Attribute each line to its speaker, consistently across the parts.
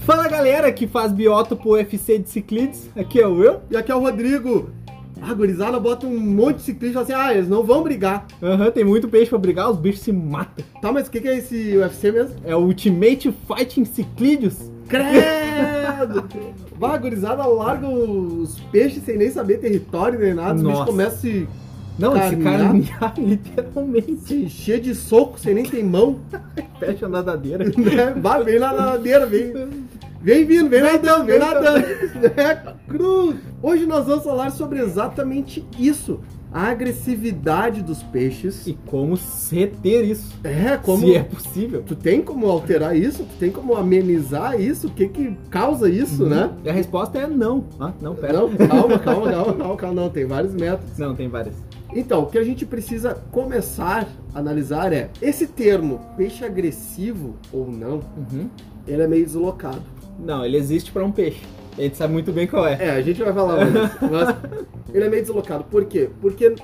Speaker 1: Fala galera que faz biótopo UFC de Ciclides, aqui é o Will.
Speaker 2: E aqui é o Rodrigo. A gurizada bota um monte de ciclista e fala assim, ah, eles não vão brigar.
Speaker 1: Aham, tem muito peixe pra brigar, os bichos se matam.
Speaker 2: Tá, mas o que, que é esse UFC mesmo?
Speaker 1: É o Ultimate Fighting Ciclídeos.
Speaker 2: Credo! Bah, a gurizada larga os peixes sem nem saber território nem nada. Os bichos
Speaker 1: Nossa.
Speaker 2: começam a se,
Speaker 1: Não, esse cara
Speaker 2: Caminhar.
Speaker 1: caminhar literalmente.
Speaker 2: se encher de soco sem nem ter mão.
Speaker 1: Fecha a nadadeira.
Speaker 2: Né? Bah, vem lá na ladeira, vem. Vem vindo, vem nadando, vem nadando. É cruz. Hoje nós vamos falar sobre exatamente isso. A agressividade dos peixes.
Speaker 1: E como reter isso?
Speaker 2: É, como...
Speaker 1: Se é possível.
Speaker 2: Tu tem como alterar isso? Tu tem como amenizar isso? O que que causa isso, né?
Speaker 1: E a resposta é não. Ah, não, pera.
Speaker 2: Não, calma, calma, calma, calma, calma, não, tem vários métodos.
Speaker 1: Não, tem várias.
Speaker 2: Então, o que a gente precisa começar a analisar é esse termo, peixe agressivo ou não,
Speaker 1: Uhum.
Speaker 2: ele é meio deslocado.
Speaker 1: Não, ele existe pra um peixe. A gente sabe muito bem qual é.
Speaker 2: É, a gente vai falar mais, disso, mas ele é meio deslocado. Por quê? Porque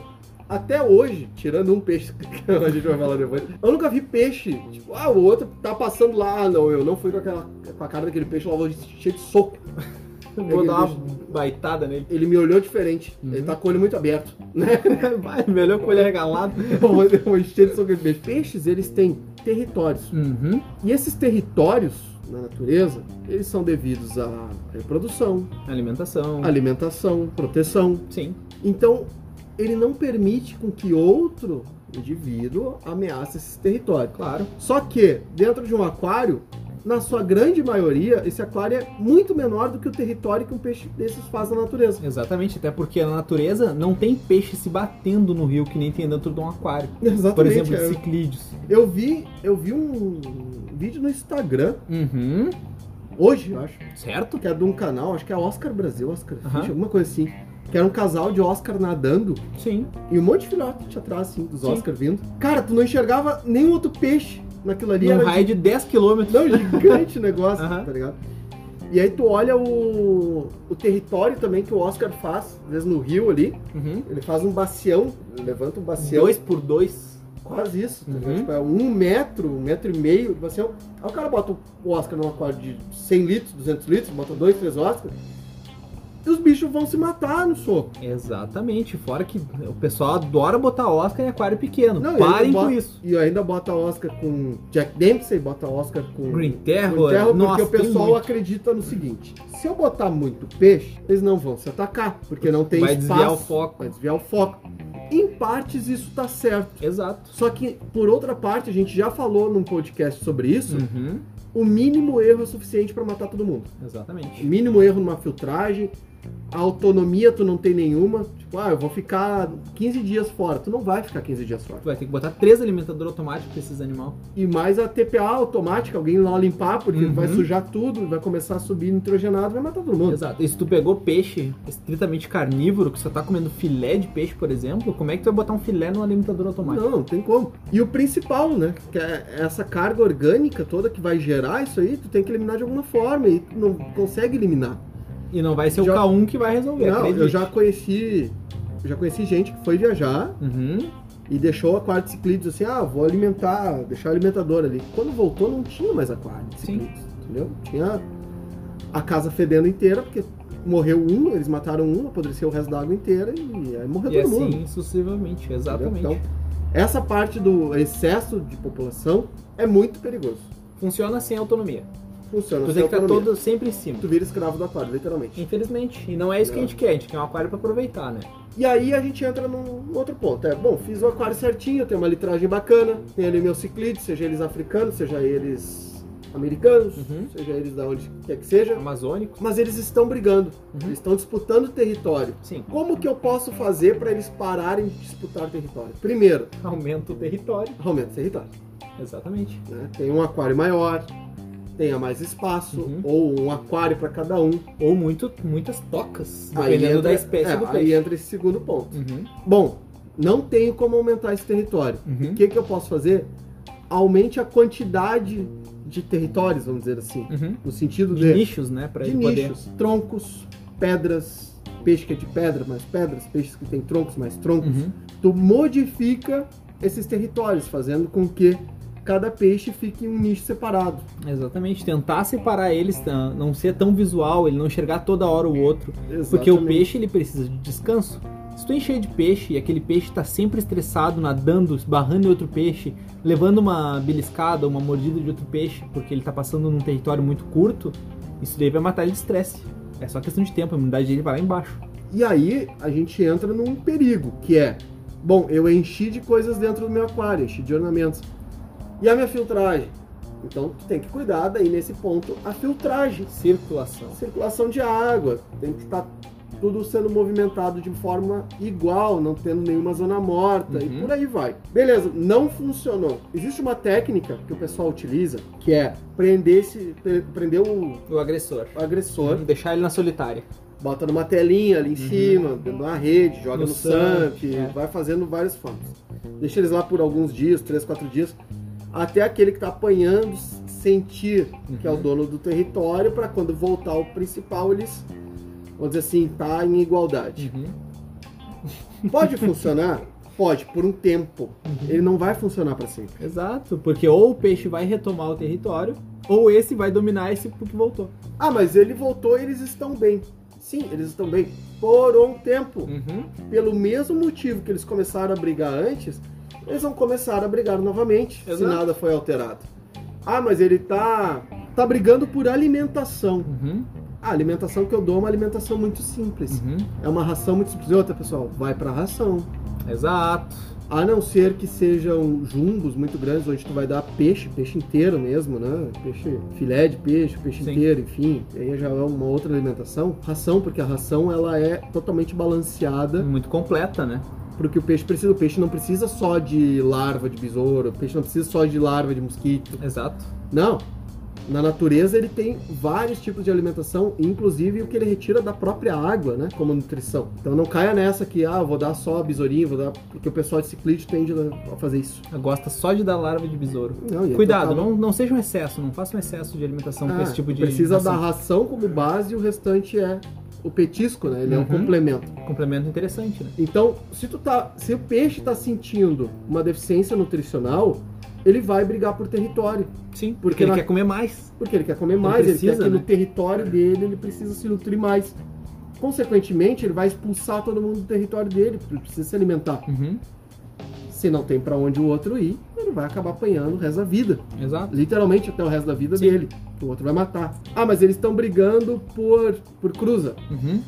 Speaker 2: até hoje, tirando um peixe que a gente vai falar depois, eu nunca vi peixe. Tipo, ah, o outro tá passando lá, ah, não, eu não fui com, aquela, com a cara daquele peixe, lá vou cheio de soco.
Speaker 1: Vou dar uma baitada nele.
Speaker 2: Ele me olhou diferente.
Speaker 1: Uhum.
Speaker 2: Ele tá com o olho muito aberto, né?
Speaker 1: Vai, melhor com o olho arregalado.
Speaker 2: Eu vou- eu vou encher de soco de peixe. Peixes, eles têm territórios.
Speaker 1: Uhum.
Speaker 2: E esses territórios, na natureza, eles são devidos à reprodução,
Speaker 1: Alimentação.
Speaker 2: alimentação, proteção.
Speaker 1: Sim.
Speaker 2: Então, ele não permite com que outro indivíduo ameace esses territórios.
Speaker 1: Claro.
Speaker 2: Só que, dentro de um aquário, na sua grande maioria, esse aquário é muito menor do que o território que um peixe desses faz na natureza.
Speaker 1: Exatamente, até porque na natureza não tem peixe se batendo no rio que nem tem dentro de um aquário.
Speaker 2: Exatamente.
Speaker 1: Por exemplo,
Speaker 2: é.
Speaker 1: de ciclídeos.
Speaker 2: Eu vi, eu vi um vídeo no Instagram,
Speaker 1: Uhum.
Speaker 2: hoje, eu acho,
Speaker 1: Certo?
Speaker 2: que é de um canal, acho que é Oscar Brasil, Oscar
Speaker 1: Aham.
Speaker 2: Fish, alguma coisa assim. Que era um casal de Oscar nadando
Speaker 1: Sim.
Speaker 2: e um monte de filhote atrás, assim, dos
Speaker 1: Sim.
Speaker 2: Oscar vindo. Cara, tu não enxergava nenhum outro peixe naquilo ali.
Speaker 1: Num
Speaker 2: era
Speaker 1: raio de 10 km.
Speaker 2: Não, gigante o negócio,
Speaker 1: Aham.
Speaker 2: tá ligado? E aí tu olha o, o território também que o Oscar faz, às vezes no rio ali.
Speaker 1: Uhum.
Speaker 2: Ele faz um bacião, ele levanta um bacião.
Speaker 1: Dois por dois.
Speaker 2: Quase isso, tá
Speaker 1: Uhum.
Speaker 2: ligado? Tipo, é um metro, um metro e meio do bacião. Aí o cara bota o Oscar num aquário de 100 litros, 200 litros, bota dois, três Oscar. E os bichos vão se matar no soco.
Speaker 1: Exatamente. Fora que o pessoal adora botar Oscar em aquário pequeno.
Speaker 2: Não,
Speaker 1: Parem
Speaker 2: ele
Speaker 1: com
Speaker 2: bota-
Speaker 1: isso.
Speaker 2: E ainda bota Oscar com Jack Dempsey, bota Oscar com...
Speaker 1: Green
Speaker 2: com
Speaker 1: Terror.
Speaker 2: terra, porque
Speaker 1: Nossa,
Speaker 2: o pessoal
Speaker 1: tem muito.
Speaker 2: acredita no seguinte: se eu botar muito peixe, eles não vão se atacar, porque não tem
Speaker 1: vai
Speaker 2: espaço.
Speaker 1: desviar o foco.
Speaker 2: Vai desviar o foco. Em partes isso tá certo.
Speaker 1: Exato.
Speaker 2: Só que, por outra parte, a gente já falou num podcast sobre isso,
Speaker 1: Uhum.
Speaker 2: o mínimo erro é suficiente pra matar todo mundo.
Speaker 1: Exatamente.
Speaker 2: Mínimo erro numa filtragem, a autonomia tu não tem nenhuma. Tipo, ah, eu vou ficar 15 dias fora. Tu não vai ficar 15 dias fora.
Speaker 1: Tu vai ter que botar três alimentadores automáticos pra esses animais.
Speaker 2: E mais a TPA automática, alguém lá limpar, porque
Speaker 1: Uhum.
Speaker 2: vai sujar tudo, vai começar a subir nitrogenado, vai matar todo mundo.
Speaker 1: Exato. E se tu pegou peixe estritamente carnívoro, que só tá comendo filé de peixe, por exemplo, como é que tu vai botar um filé num alimentador automático?
Speaker 2: Não, não tem como. E o principal, né? Que é essa carga orgânica toda que vai gerar isso aí, tu tem que eliminar de alguma forma e tu não consegue eliminar.
Speaker 1: E não vai ser
Speaker 2: Já-
Speaker 1: o K1 que vai resolver.
Speaker 2: não,
Speaker 1: acredite.
Speaker 2: eu já conheci. Eu já conheci gente que foi viajar
Speaker 1: Uhum.
Speaker 2: e deixou o aquário de ciclídeos assim, ah, vou alimentar, deixar o alimentador ali. Quando voltou, não tinha mais aquário de
Speaker 1: Sim.
Speaker 2: ciclídeos, entendeu? Tinha a casa fedendo inteira, porque morreu um, eles mataram um, apodreceu o resto da água inteira e aí morreu
Speaker 1: E
Speaker 2: tá todo mundo.
Speaker 1: assim sucessivamente, exatamente.
Speaker 2: Entendeu? Então, essa parte do excesso de população é muito perigoso.
Speaker 1: Funciona sem autonomia.
Speaker 2: Funciona
Speaker 1: Tu tem
Speaker 2: sem
Speaker 1: que estar
Speaker 2: autonomia.
Speaker 1: todo sempre em cima.
Speaker 2: Tu vira escravo do aquário, literalmente.
Speaker 1: Infelizmente. E não é isso que a gente quer, a gente quer um aquário pra aproveitar, né?
Speaker 2: E aí a gente entra num outro ponto. É, bom, fiz o aquário certinho, tem uma litragem bacana, tem ali meus ciclides, seja eles africanos, seja eles americanos,
Speaker 1: Uhum.
Speaker 2: seja eles da onde quer que seja.
Speaker 1: É Amazônico.
Speaker 2: Mas eles estão brigando,
Speaker 1: Uhum.
Speaker 2: eles estão disputando território.
Speaker 1: Sim.
Speaker 2: Como que eu posso fazer para eles pararem de disputar território? Primeiro,
Speaker 1: Aumenta o território.
Speaker 2: aumenta o território.
Speaker 1: Exatamente.
Speaker 2: né? Tem um aquário maior, tenha mais espaço,
Speaker 1: Uhum.
Speaker 2: ou um aquário para cada um.
Speaker 1: Ou muito, muitas tocas,
Speaker 2: Aí
Speaker 1: dependendo
Speaker 2: entra-
Speaker 1: da espécie
Speaker 2: é,
Speaker 1: do
Speaker 2: Aí
Speaker 1: peixe.
Speaker 2: entra esse segundo ponto.
Speaker 1: Uhum.
Speaker 2: Bom, não tenho como aumentar esse território.
Speaker 1: Uhum.
Speaker 2: O que, que eu posso fazer? Aumente a quantidade de territórios, vamos dizer assim.
Speaker 1: Uhum.
Speaker 2: No sentido
Speaker 1: De
Speaker 2: de,
Speaker 1: nichos, né? Pra
Speaker 2: de
Speaker 1: ele poder.
Speaker 2: nichos, troncos, pedras, peixe que é de pedra, mais pedras, peixes que tem troncos, mais troncos.
Speaker 1: Uhum.
Speaker 2: Tu modifica esses territórios, fazendo com que cada peixe fique em um nicho separado.
Speaker 1: Exatamente, tentar separar eles, tá? não ser tão visual, ele não enxergar toda hora o outro. Porque o
Speaker 2: Exatamente.
Speaker 1: peixe ele precisa de descanso. Se tu encher de peixe e aquele peixe tá sempre estressado, nadando, esbarrando em outro peixe, levando uma beliscada, uma mordida de outro peixe, porque ele tá passando num território muito curto, isso daí vai matar ele de estresse. É só questão de tempo, a imunidade dele vai lá embaixo.
Speaker 2: E aí a gente entra num perigo, que é, bom, eu enchi de coisas dentro do meu aquário, enchi de ornamentos. E a minha filtragem? Então tu tem que cuidar daí nesse ponto a filtragem,
Speaker 1: Circulação.
Speaker 2: circulação de água, tem que estar tudo sendo movimentado de forma igual, não tendo nenhuma zona morta e
Speaker 1: Uhum.
Speaker 2: por aí vai. Beleza, não funcionou. Existe uma técnica que o pessoal utiliza, que é prender esse prender o
Speaker 1: O agressor.
Speaker 2: agressor
Speaker 1: Deixar ele na solitária.
Speaker 2: bota numa telinha ali em
Speaker 1: Uhum.
Speaker 2: cima, dentro de uma rede, joga
Speaker 1: No
Speaker 2: no,
Speaker 1: Samp,
Speaker 2: SAMP,
Speaker 1: é.
Speaker 2: vai fazendo várias formas. Deixa eles lá por alguns dias, três, quatro dias, até aquele que tá apanhando s- sentir que é o
Speaker 1: Uhum.
Speaker 2: dono do território, para quando voltar o principal, eles, vamos dizer assim, tá em igualdade.
Speaker 1: Uhum.
Speaker 2: Pode funcionar? Pode, por um tempo.
Speaker 1: Uhum.
Speaker 2: Ele não vai funcionar para sempre.
Speaker 1: Exato, porque ou o peixe vai retomar o território, ou esse vai dominar esse porque voltou.
Speaker 2: Ah, mas ele voltou e eles estão bem. Sim, eles estão bem por um tempo.
Speaker 1: Uhum.
Speaker 2: pelo mesmo motivo que eles começaram a brigar antes, eles vão começar a brigar novamente, se
Speaker 1: Exato.
Speaker 2: nada foi alterado. Ah, mas ele tá tá brigando por alimentação.
Speaker 1: Uhum.
Speaker 2: A alimentação que eu dou é uma alimentação muito simples.
Speaker 1: Uhum.
Speaker 2: É uma ração muito simples. E outra, pessoal, vai pra ração.
Speaker 1: Exato.
Speaker 2: A não ser que sejam jumbos muito grandes, onde tu vai dar peixe, peixe inteiro mesmo, né? Peixe, filé de peixe, peixe
Speaker 1: Sim.
Speaker 2: inteiro, enfim. Aí já é uma outra alimentação. Ração, porque a ração ela é totalmente balanceada
Speaker 1: Muito completa, né?
Speaker 2: pro que o peixe precisa. O peixe não precisa só de larva de besouro, o peixe não precisa só de larva de mosquito.
Speaker 1: Exato.
Speaker 2: Não. Na natureza ele tem vários tipos de alimentação, inclusive o que ele retira da própria água, né? Como nutrição. Então não caia nessa que, ah, vou dar só besourinho, vou dar. Porque o pessoal de ciclídeo tende a fazer isso.
Speaker 1: Gosta só de dar larva de besouro.
Speaker 2: Não, e aí
Speaker 1: Cuidado,
Speaker 2: tu acaba-
Speaker 1: não, não seja um excesso, não faça um excesso de alimentação com
Speaker 2: Ah,
Speaker 1: esse tipo de.
Speaker 2: Precisa da
Speaker 1: ração.
Speaker 2: ração como base e o restante é o petisco, né? Ele é um
Speaker 1: Uhum.
Speaker 2: complemento.
Speaker 1: Complemento interessante, né?
Speaker 2: Então, se tu tá, se o peixe está sentindo uma deficiência nutricional, ele vai brigar por território,
Speaker 1: Sim, porque,
Speaker 2: Porque
Speaker 1: ele
Speaker 2: na-
Speaker 1: quer comer mais.
Speaker 2: porque ele quer comer mais, ele
Speaker 1: precisa,
Speaker 2: quer que
Speaker 1: né?
Speaker 2: no território dele ele precisa se nutrir mais. Consequentemente, ele vai expulsar todo mundo do território dele, porque ele precisa se alimentar.
Speaker 1: Uhum.
Speaker 2: Se não tem para onde o outro ir, ele vai acabar apanhando o resto da vida.
Speaker 1: Exato.
Speaker 2: Literalmente até o resto da vida
Speaker 1: Sim.
Speaker 2: dele. O outro vai matar. Ah, mas eles estão brigando por, por cruza.
Speaker 1: Uhum.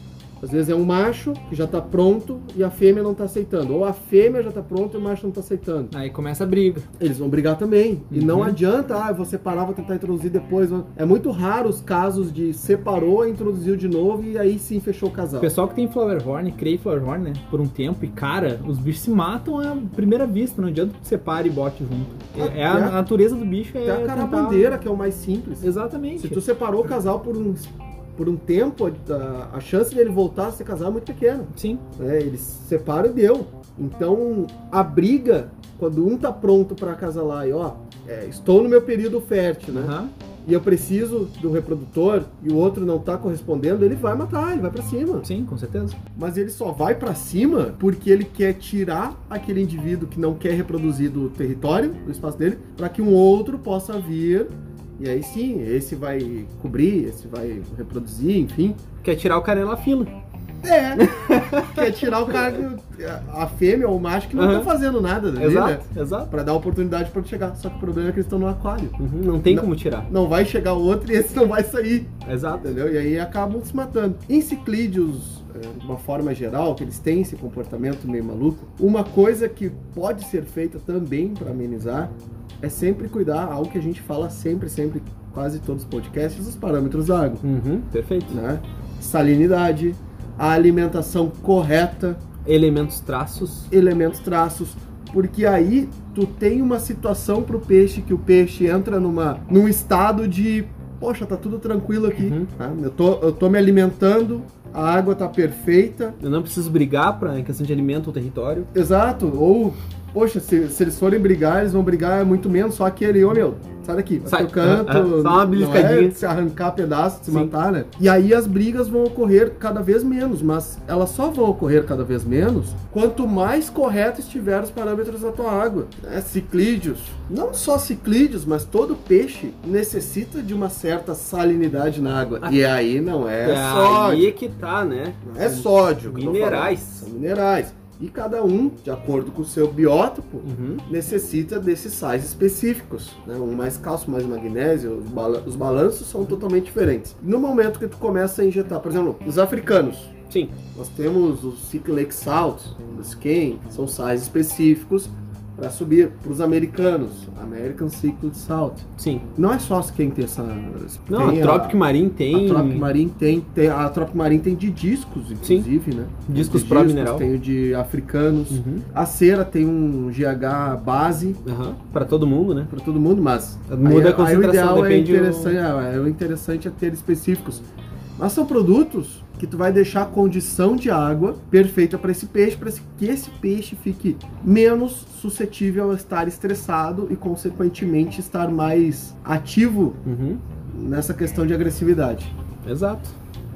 Speaker 2: Às vezes é um macho que já tá pronto e a fêmea não tá aceitando. Ou a fêmea já tá pronta e o macho não tá aceitando.
Speaker 1: Aí começa a briga.
Speaker 2: Eles vão brigar também. E não
Speaker 1: Uhum.
Speaker 2: adianta, ah, eu vou separar, vou tentar introduzir depois. É muito raro os casos de separou, introduziu de novo e aí sim fechou o
Speaker 1: O
Speaker 2: casal.
Speaker 1: pessoal que tem Flowerhorn, cria Flowerhorn, né? Por um tempo, e cara, os bichos se matam à primeira vista, não adianta que separe e bote junto. É, é a,
Speaker 2: Até a-
Speaker 1: a natureza do bicho é.
Speaker 2: Até a
Speaker 1: tentar-
Speaker 2: carabandeira, que é o mais simples.
Speaker 1: Exatamente.
Speaker 2: Se tu separou o casal por um, por um tempo, a, a chance dele voltar a se casar é muito pequena.
Speaker 1: Sim.
Speaker 2: né? Eles separam e deu. Então, a briga, quando um tá pronto pra acasalar e ó, é, estou no meu período fértil, né?
Speaker 1: Aham.
Speaker 2: E eu preciso do reprodutor e o outro não tá correspondendo, ele vai matar, ele vai pra cima.
Speaker 1: Sim, com certeza.
Speaker 2: Mas ele só vai pra cima porque ele quer tirar aquele indivíduo que não quer reproduzir do território, do espaço dele, pra que um outro possa vir. E aí sim, esse vai cobrir, esse vai reproduzir, enfim.
Speaker 1: Quer tirar o cara lá fila.
Speaker 2: É. Quer tirar o cara. que- A fêmea ou o macho que não
Speaker 1: Aham.
Speaker 2: estão fazendo nada, né?
Speaker 1: Exato, exato.
Speaker 2: Pra dar oportunidade pra ele chegar. Só que o problema é que eles estão no aquário.
Speaker 1: Uhum, não tem
Speaker 2: Não.
Speaker 1: como tirar.
Speaker 2: Não vai chegar o outro e esse não vai sair,
Speaker 1: Exato.
Speaker 2: entendeu? E aí acabam se matando. Em ciclídeos, é, de uma forma geral, que eles têm esse comportamento meio maluco, uma coisa que pode ser feita também pra amenizar é sempre cuidar, algo que a gente fala sempre, sempre, quase todos os podcasts, os parâmetros da água,
Speaker 1: Uhum, perfeito.
Speaker 2: né? Salinidade, a alimentação correta,
Speaker 1: Elementos traços.
Speaker 2: elementos, traços, porque aí tu tem uma situação pro peixe que o peixe entra numa, num estado de poxa, tá tudo tranquilo aqui,
Speaker 1: Uhum.
Speaker 2: tá? eu, tô, eu tô me alimentando, a água tá perfeita,
Speaker 1: Eu não preciso brigar pra, em questão de alimento ou território.
Speaker 2: exato, ou poxa, se, se eles forem brigar, eles vão brigar muito menos, só aquele, ô meu, sai daqui, vai
Speaker 1: Sai.
Speaker 2: pro
Speaker 1: Ah,
Speaker 2: canto,
Speaker 1: ah, só uma
Speaker 2: não é
Speaker 1: beliscadinha.
Speaker 2: se arrancar pedaço, se
Speaker 1: Sim.
Speaker 2: matar, né? E aí as brigas vão ocorrer cada vez menos, mas elas só vão ocorrer cada vez menos quanto mais correto estiver os parâmetros da tua água. Né? Ciclídeos, não só ciclídeos, mas todo peixe necessita de uma certa salinidade na água.
Speaker 1: Ah.
Speaker 2: E aí não é,
Speaker 3: É
Speaker 2: sódio.
Speaker 3: aí que tá, né?
Speaker 2: Não é sódio. que eu tô
Speaker 3: Minerais.
Speaker 2: falando, São minerais. E cada um, de acordo com o seu biótipo,
Speaker 1: Uhum.
Speaker 2: necessita desses sais específicos. Né? Um mais cálcio, mais magnésio, os, bala- os balanços são totalmente diferentes. No momento que tu começa a injetar, por exemplo, os africanos.
Speaker 3: Sim.
Speaker 2: Nós temos os Cyclic Salts, os Ken, são sais específicos para subir para os americanos. American Cyclic Salt.
Speaker 1: Sim.
Speaker 2: Não é só quem tem essa...
Speaker 1: Não,
Speaker 2: tem
Speaker 1: a Tropic Marine tem.
Speaker 2: a Tropic Marine tem, tem a Tropic Marine tem de discos, inclusive, né?
Speaker 1: Discos
Speaker 2: Tem de
Speaker 1: pro mineral.
Speaker 2: Tem o de africanos.
Speaker 1: Uhum.
Speaker 2: A cera tem um GH base
Speaker 1: Aham. Pra todo mundo, né?
Speaker 2: para todo mundo, mas
Speaker 1: Muda
Speaker 2: aí-
Speaker 1: a concentração,
Speaker 2: aí o ideal é
Speaker 1: depende do-
Speaker 2: interessante, é, o interessante é ter específicos. Mas são produtos que tu vai deixar a condição de água perfeita para esse peixe, para que esse peixe fique menos suscetível a estar estressado e consequentemente estar mais ativo
Speaker 1: Uhum.
Speaker 2: nessa questão de agressividade.
Speaker 1: Exato.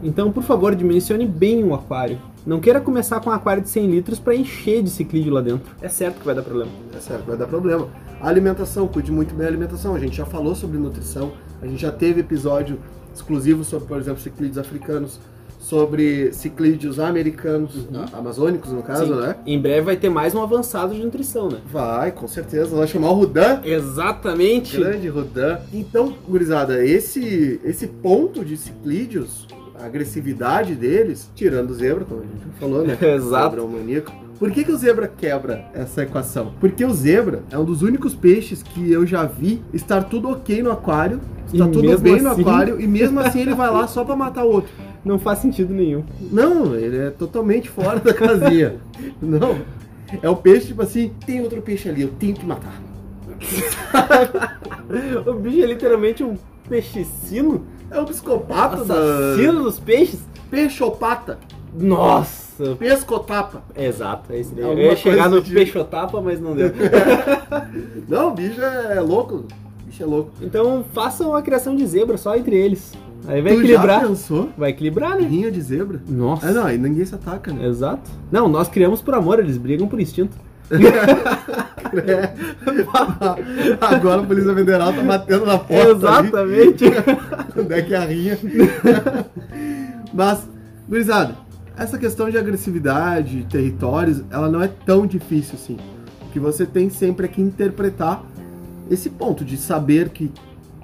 Speaker 1: Então, por favor, dimensione bem o aquário. Não queira começar com um aquário de 100 litros pra encher de ciclídeo lá dentro.
Speaker 3: É certo que vai dar problema.
Speaker 2: É certo, vai dar problema. A alimentação, cuide muito bem da alimentação. A gente já falou sobre nutrição, a gente já teve episódio exclusivo sobre, por exemplo, ciclídeos africanos, sobre ciclídeos americanos, a- amazônicos no caso,
Speaker 3: Sim.
Speaker 2: né?
Speaker 3: Em breve vai ter mais um avançado de nutrição, né?
Speaker 2: Vai, com certeza. Vai chamar o Rudan.
Speaker 3: Exatamente.
Speaker 2: Grande Rodan. Então, gurizada, esse, esse ponto de ciclídeos, a agressividade deles, tirando o zebra, como a gente já falou, né?
Speaker 3: Exato.
Speaker 2: Zebra é um maníaco. Por que, que o zebra quebra essa equação? Porque o zebra é um dos únicos peixes que eu já vi estar tudo ok no aquário,
Speaker 1: E
Speaker 2: está tudo
Speaker 1: mesmo
Speaker 2: bem no
Speaker 1: assim-
Speaker 2: aquário, e mesmo assim ele vai lá só pra matar o outro.
Speaker 1: Não faz sentido nenhum.
Speaker 2: Não, ele é totalmente fora da casinha. Não. É o peixe, tipo assim, tem outro peixe ali, eu tenho que matar.
Speaker 1: O bicho é literalmente um peixicino?
Speaker 2: É o psicopata da-
Speaker 1: Assassino dos peixes?
Speaker 2: Peixopata.
Speaker 1: Nossa!
Speaker 2: Pescotapa.
Speaker 1: Exato, é isso daí.
Speaker 2: Alguma
Speaker 1: Eu ia chegar
Speaker 2: coisa
Speaker 1: no
Speaker 2: do tipo.
Speaker 1: peixotapa, mas não deu.
Speaker 2: Não, o bicho é louco. O bicho é louco.
Speaker 1: Então façam a criação de zebra só entre eles. Aí vai
Speaker 2: tu
Speaker 1: equilibrar.
Speaker 2: já pensou?
Speaker 1: Vai equilibrar, né?
Speaker 2: Rinha de zebra?
Speaker 1: Nossa.
Speaker 2: Ah, não, aí ninguém se ataca, né?
Speaker 1: Exato. Não, nós criamos por amor, eles brigam por instinto.
Speaker 2: Agora a Polícia Federal tá batendo na porta. ali.
Speaker 1: Exatamente.
Speaker 2: Onde é que é a rinha? Mas, gurizada, essa questão de agressividade, territórios, ela não é tão difícil assim. O que você tem sempre é que interpretar esse ponto de saber que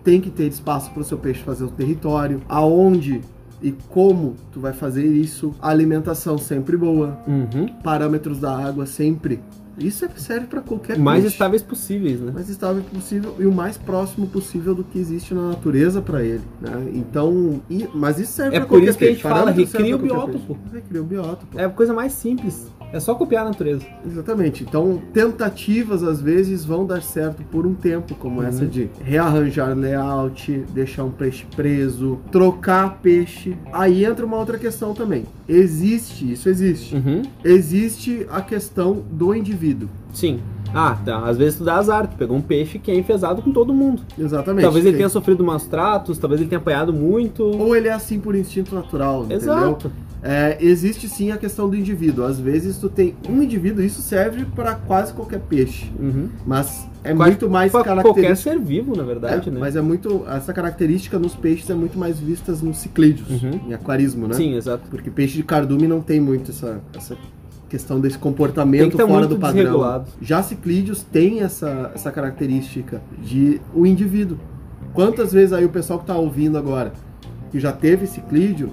Speaker 2: tem que ter espaço para o seu peixe fazer o território, aonde e como tu vai fazer isso, alimentação sempre boa,
Speaker 1: Uhum.
Speaker 2: parâmetros da água sempre. Isso é- serve para qualquer
Speaker 1: Mais
Speaker 2: peixe
Speaker 1: estáveis possíveis, né?
Speaker 2: mais estável possível e o mais próximo possível do que existe na natureza para ele, né? Então, e- mas isso serve
Speaker 1: É
Speaker 2: pra
Speaker 1: por
Speaker 2: qualquer
Speaker 1: isso que a gente
Speaker 2: peixe,
Speaker 1: fala,
Speaker 2: parâmetro serve
Speaker 1: recria
Speaker 2: pra
Speaker 1: o
Speaker 2: qualquer
Speaker 1: biótopo.
Speaker 2: peixe. Recria o biótopo.
Speaker 1: É a coisa mais simples. É só copiar a natureza.
Speaker 2: Exatamente. Então, tentativas às vezes vão dar certo por um tempo, como
Speaker 1: Uhum.
Speaker 2: essa de rearranjar layout, deixar um peixe preso, trocar peixe. Aí entra uma outra questão também. Existe, isso existe.
Speaker 1: Uhum.
Speaker 2: Existe a questão do indivíduo.
Speaker 1: Sim. Ah, tá. Às vezes tu dá azar, tu pegou um peixe que é enfesado com todo mundo.
Speaker 2: Exatamente.
Speaker 1: Talvez ele
Speaker 2: Tem-
Speaker 1: tenha sofrido maus tratos, talvez ele tenha apanhado muito.
Speaker 2: Ou ele é assim por instinto natural, entendeu?
Speaker 1: Exato.
Speaker 2: É, existe sim a questão do indivíduo. Às vezes tu tem um indivíduo, isso serve para quase qualquer peixe,
Speaker 1: Uhum.
Speaker 2: mas é
Speaker 1: Quase-
Speaker 2: muito mais
Speaker 1: Pra qualquer
Speaker 2: característica.
Speaker 1: ser vivo, na verdade,
Speaker 2: é,
Speaker 1: né?
Speaker 2: Mas é muito essa característica nos peixes é muito mais vistas nos ciclídeos,
Speaker 1: Uhum.
Speaker 2: em aquarismo, né?
Speaker 1: Sim, exato.
Speaker 2: Porque peixe de cardume não tem muito essa, essa questão desse comportamento
Speaker 1: Tem que tá
Speaker 2: fora
Speaker 1: muito
Speaker 2: do padrão.
Speaker 1: desregulado.
Speaker 2: Já ciclídeos tem essa, essa característica de o indivíduo. Quantas vezes aí o pessoal que tá ouvindo agora, que já teve ciclídeo,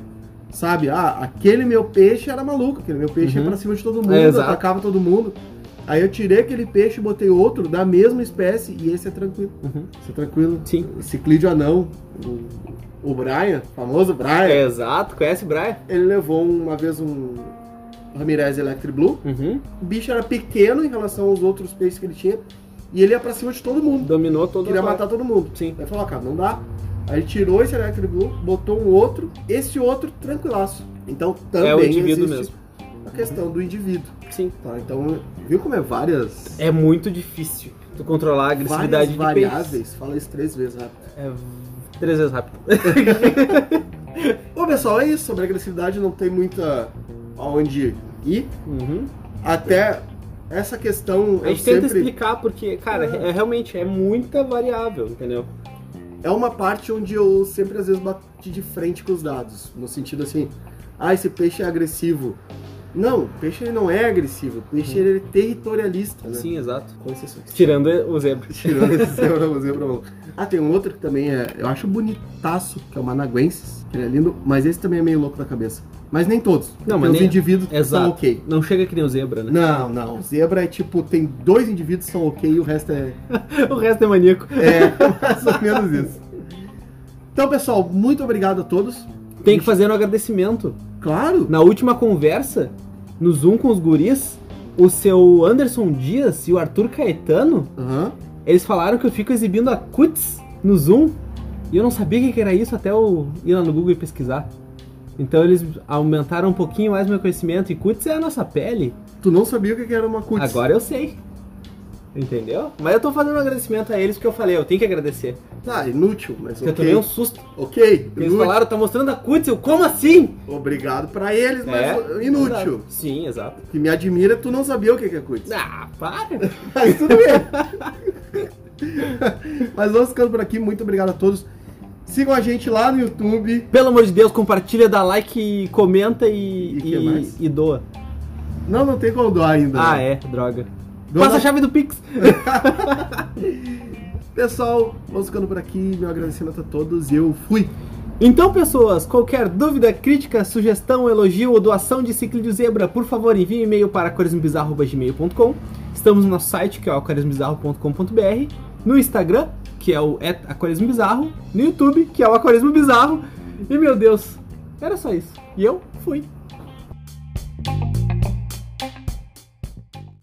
Speaker 2: sabe? Ah, aquele meu peixe era maluco, aquele meu peixe
Speaker 1: Uhum.
Speaker 2: ia pra cima de todo mundo,
Speaker 1: É, exato.
Speaker 2: atacava todo mundo. Aí eu tirei aquele peixe e botei outro da mesma espécie e esse é tranquilo.
Speaker 1: Uhum.
Speaker 2: Esse é tranquilo.
Speaker 1: Sim.
Speaker 2: Ciclídeo anão. O, o Brian, famoso Brian.
Speaker 1: É. Exato. Conhece o Brian?
Speaker 2: Ele levou uma vez um Ramirez Electric Blue.
Speaker 1: Uhum.
Speaker 2: O bicho era pequeno em relação aos outros peixes que ele tinha. E ele ia pra cima de todo mundo.
Speaker 1: Dominou todo
Speaker 2: Queria
Speaker 1: o
Speaker 2: matar todo mundo.
Speaker 1: Sim.
Speaker 2: Aí falou, "Ah, cara, não dá. Aí ele tirou esse Electric Blue, botou um outro. Esse outro, tranquilaço. Então também
Speaker 1: É o indivíduo
Speaker 2: existe
Speaker 1: mesmo.
Speaker 2: a questão do indivíduo.
Speaker 1: Sim.
Speaker 2: Tá? Então, viu como é várias,
Speaker 1: É muito difícil tu controlar a agressividade
Speaker 2: várias
Speaker 1: de
Speaker 2: variáveis? Fala isso três vezes né? rápido.
Speaker 1: peixes. É três vezes rápido.
Speaker 2: Bom, pessoal, é isso. Sobre agressividade não tem muita aonde ir.
Speaker 1: Uhum.
Speaker 2: Até essa questão
Speaker 1: É. A
Speaker 2: eu
Speaker 1: gente tenta
Speaker 2: sempre...
Speaker 1: explicar porque, cara,
Speaker 2: É.
Speaker 1: é. realmente é muita variável, entendeu?
Speaker 2: é uma parte onde eu sempre às vezes bati de frente com os dados, no sentido assim, ah, esse peixe é agressivo. Não, o peixe ele não é agressivo, o peixe ele é territorialista, né?
Speaker 1: Sim, exato.
Speaker 2: Com exceções.
Speaker 1: Tirando o zebra.
Speaker 2: Tirando esse zebra, o zebra não. Ah, tem um outro que também é, eu acho bonitaço, que é o Managuensis, que ele é lindo, mas esse também é meio louco da cabeça. Mas nem todos.
Speaker 1: Não,
Speaker 2: tem
Speaker 1: mas
Speaker 2: os
Speaker 1: nem-
Speaker 2: indivíduos que são
Speaker 1: Exato.
Speaker 2: ok.
Speaker 1: Não chega que nem o zebra, né?
Speaker 2: Não, não. Zebra é tipo, tem dois indivíduos que são ok e o resto é
Speaker 1: o resto é maníaco.
Speaker 2: É, mais ou menos isso. Então, pessoal, muito obrigado a todos.
Speaker 1: Tem que fazer um agradecimento.
Speaker 2: Claro,
Speaker 1: Na última conversa, no Zoom com os guris, o seu Anderson Dias e o Arthur Caetano,
Speaker 2: Aham.
Speaker 1: eles falaram que eu fico exibindo a cuts no Zoom. E eu não sabia o que que era isso até eu ir lá no Google e pesquisar. Então eles aumentaram um pouquinho mais meu conhecimento. E cuts é a nossa pele.
Speaker 2: tu não sabia o que era uma cutis.
Speaker 1: Agora eu sei. Entendeu? Mas eu tô fazendo um agradecimento a eles porque eu falei, eu tenho que agradecer.
Speaker 2: Tá, inútil, mas
Speaker 1: Porque eu
Speaker 2: ok.
Speaker 1: tomei um susto.
Speaker 2: Ok,
Speaker 1: Porque Eles
Speaker 2: inútil.
Speaker 1: falaram, tá mostrando a cuts. Eu, como assim?
Speaker 2: Obrigado pra eles, mas
Speaker 1: É.
Speaker 2: inútil.
Speaker 1: Exato. Sim, exato.
Speaker 2: O que me admira, é tu não sabia o que é cutis.
Speaker 1: Ah, para.
Speaker 2: Mas tudo bem. mas vamos ficando por aqui. Muito obrigado a todos. Sigam a gente lá no YouTube.
Speaker 1: Pelo amor de Deus, compartilha, dá like, comenta e,
Speaker 2: E que mais?
Speaker 1: e doa.
Speaker 2: Não, não tem como doar ainda.
Speaker 1: Ah, é, droga.
Speaker 2: Doa
Speaker 1: Passa
Speaker 2: na-
Speaker 1: a chave do Pix.
Speaker 2: Pessoal, vamos ficando por aqui. Meu agradecimento a todos e eu fui.
Speaker 1: Então, pessoas, qualquer dúvida, crítica, sugestão, elogio ou doação de ciclo zebra, por favor, envie um e-mail para aquarismobizarro.gmail.com. Estamos no nosso site, que é o aquarismobizarro.com.br, no Instagram, que é o at- aquarismobizarro, no YouTube, que é o aquarismobizarro. E, meu Deus, era só isso. E eu fui.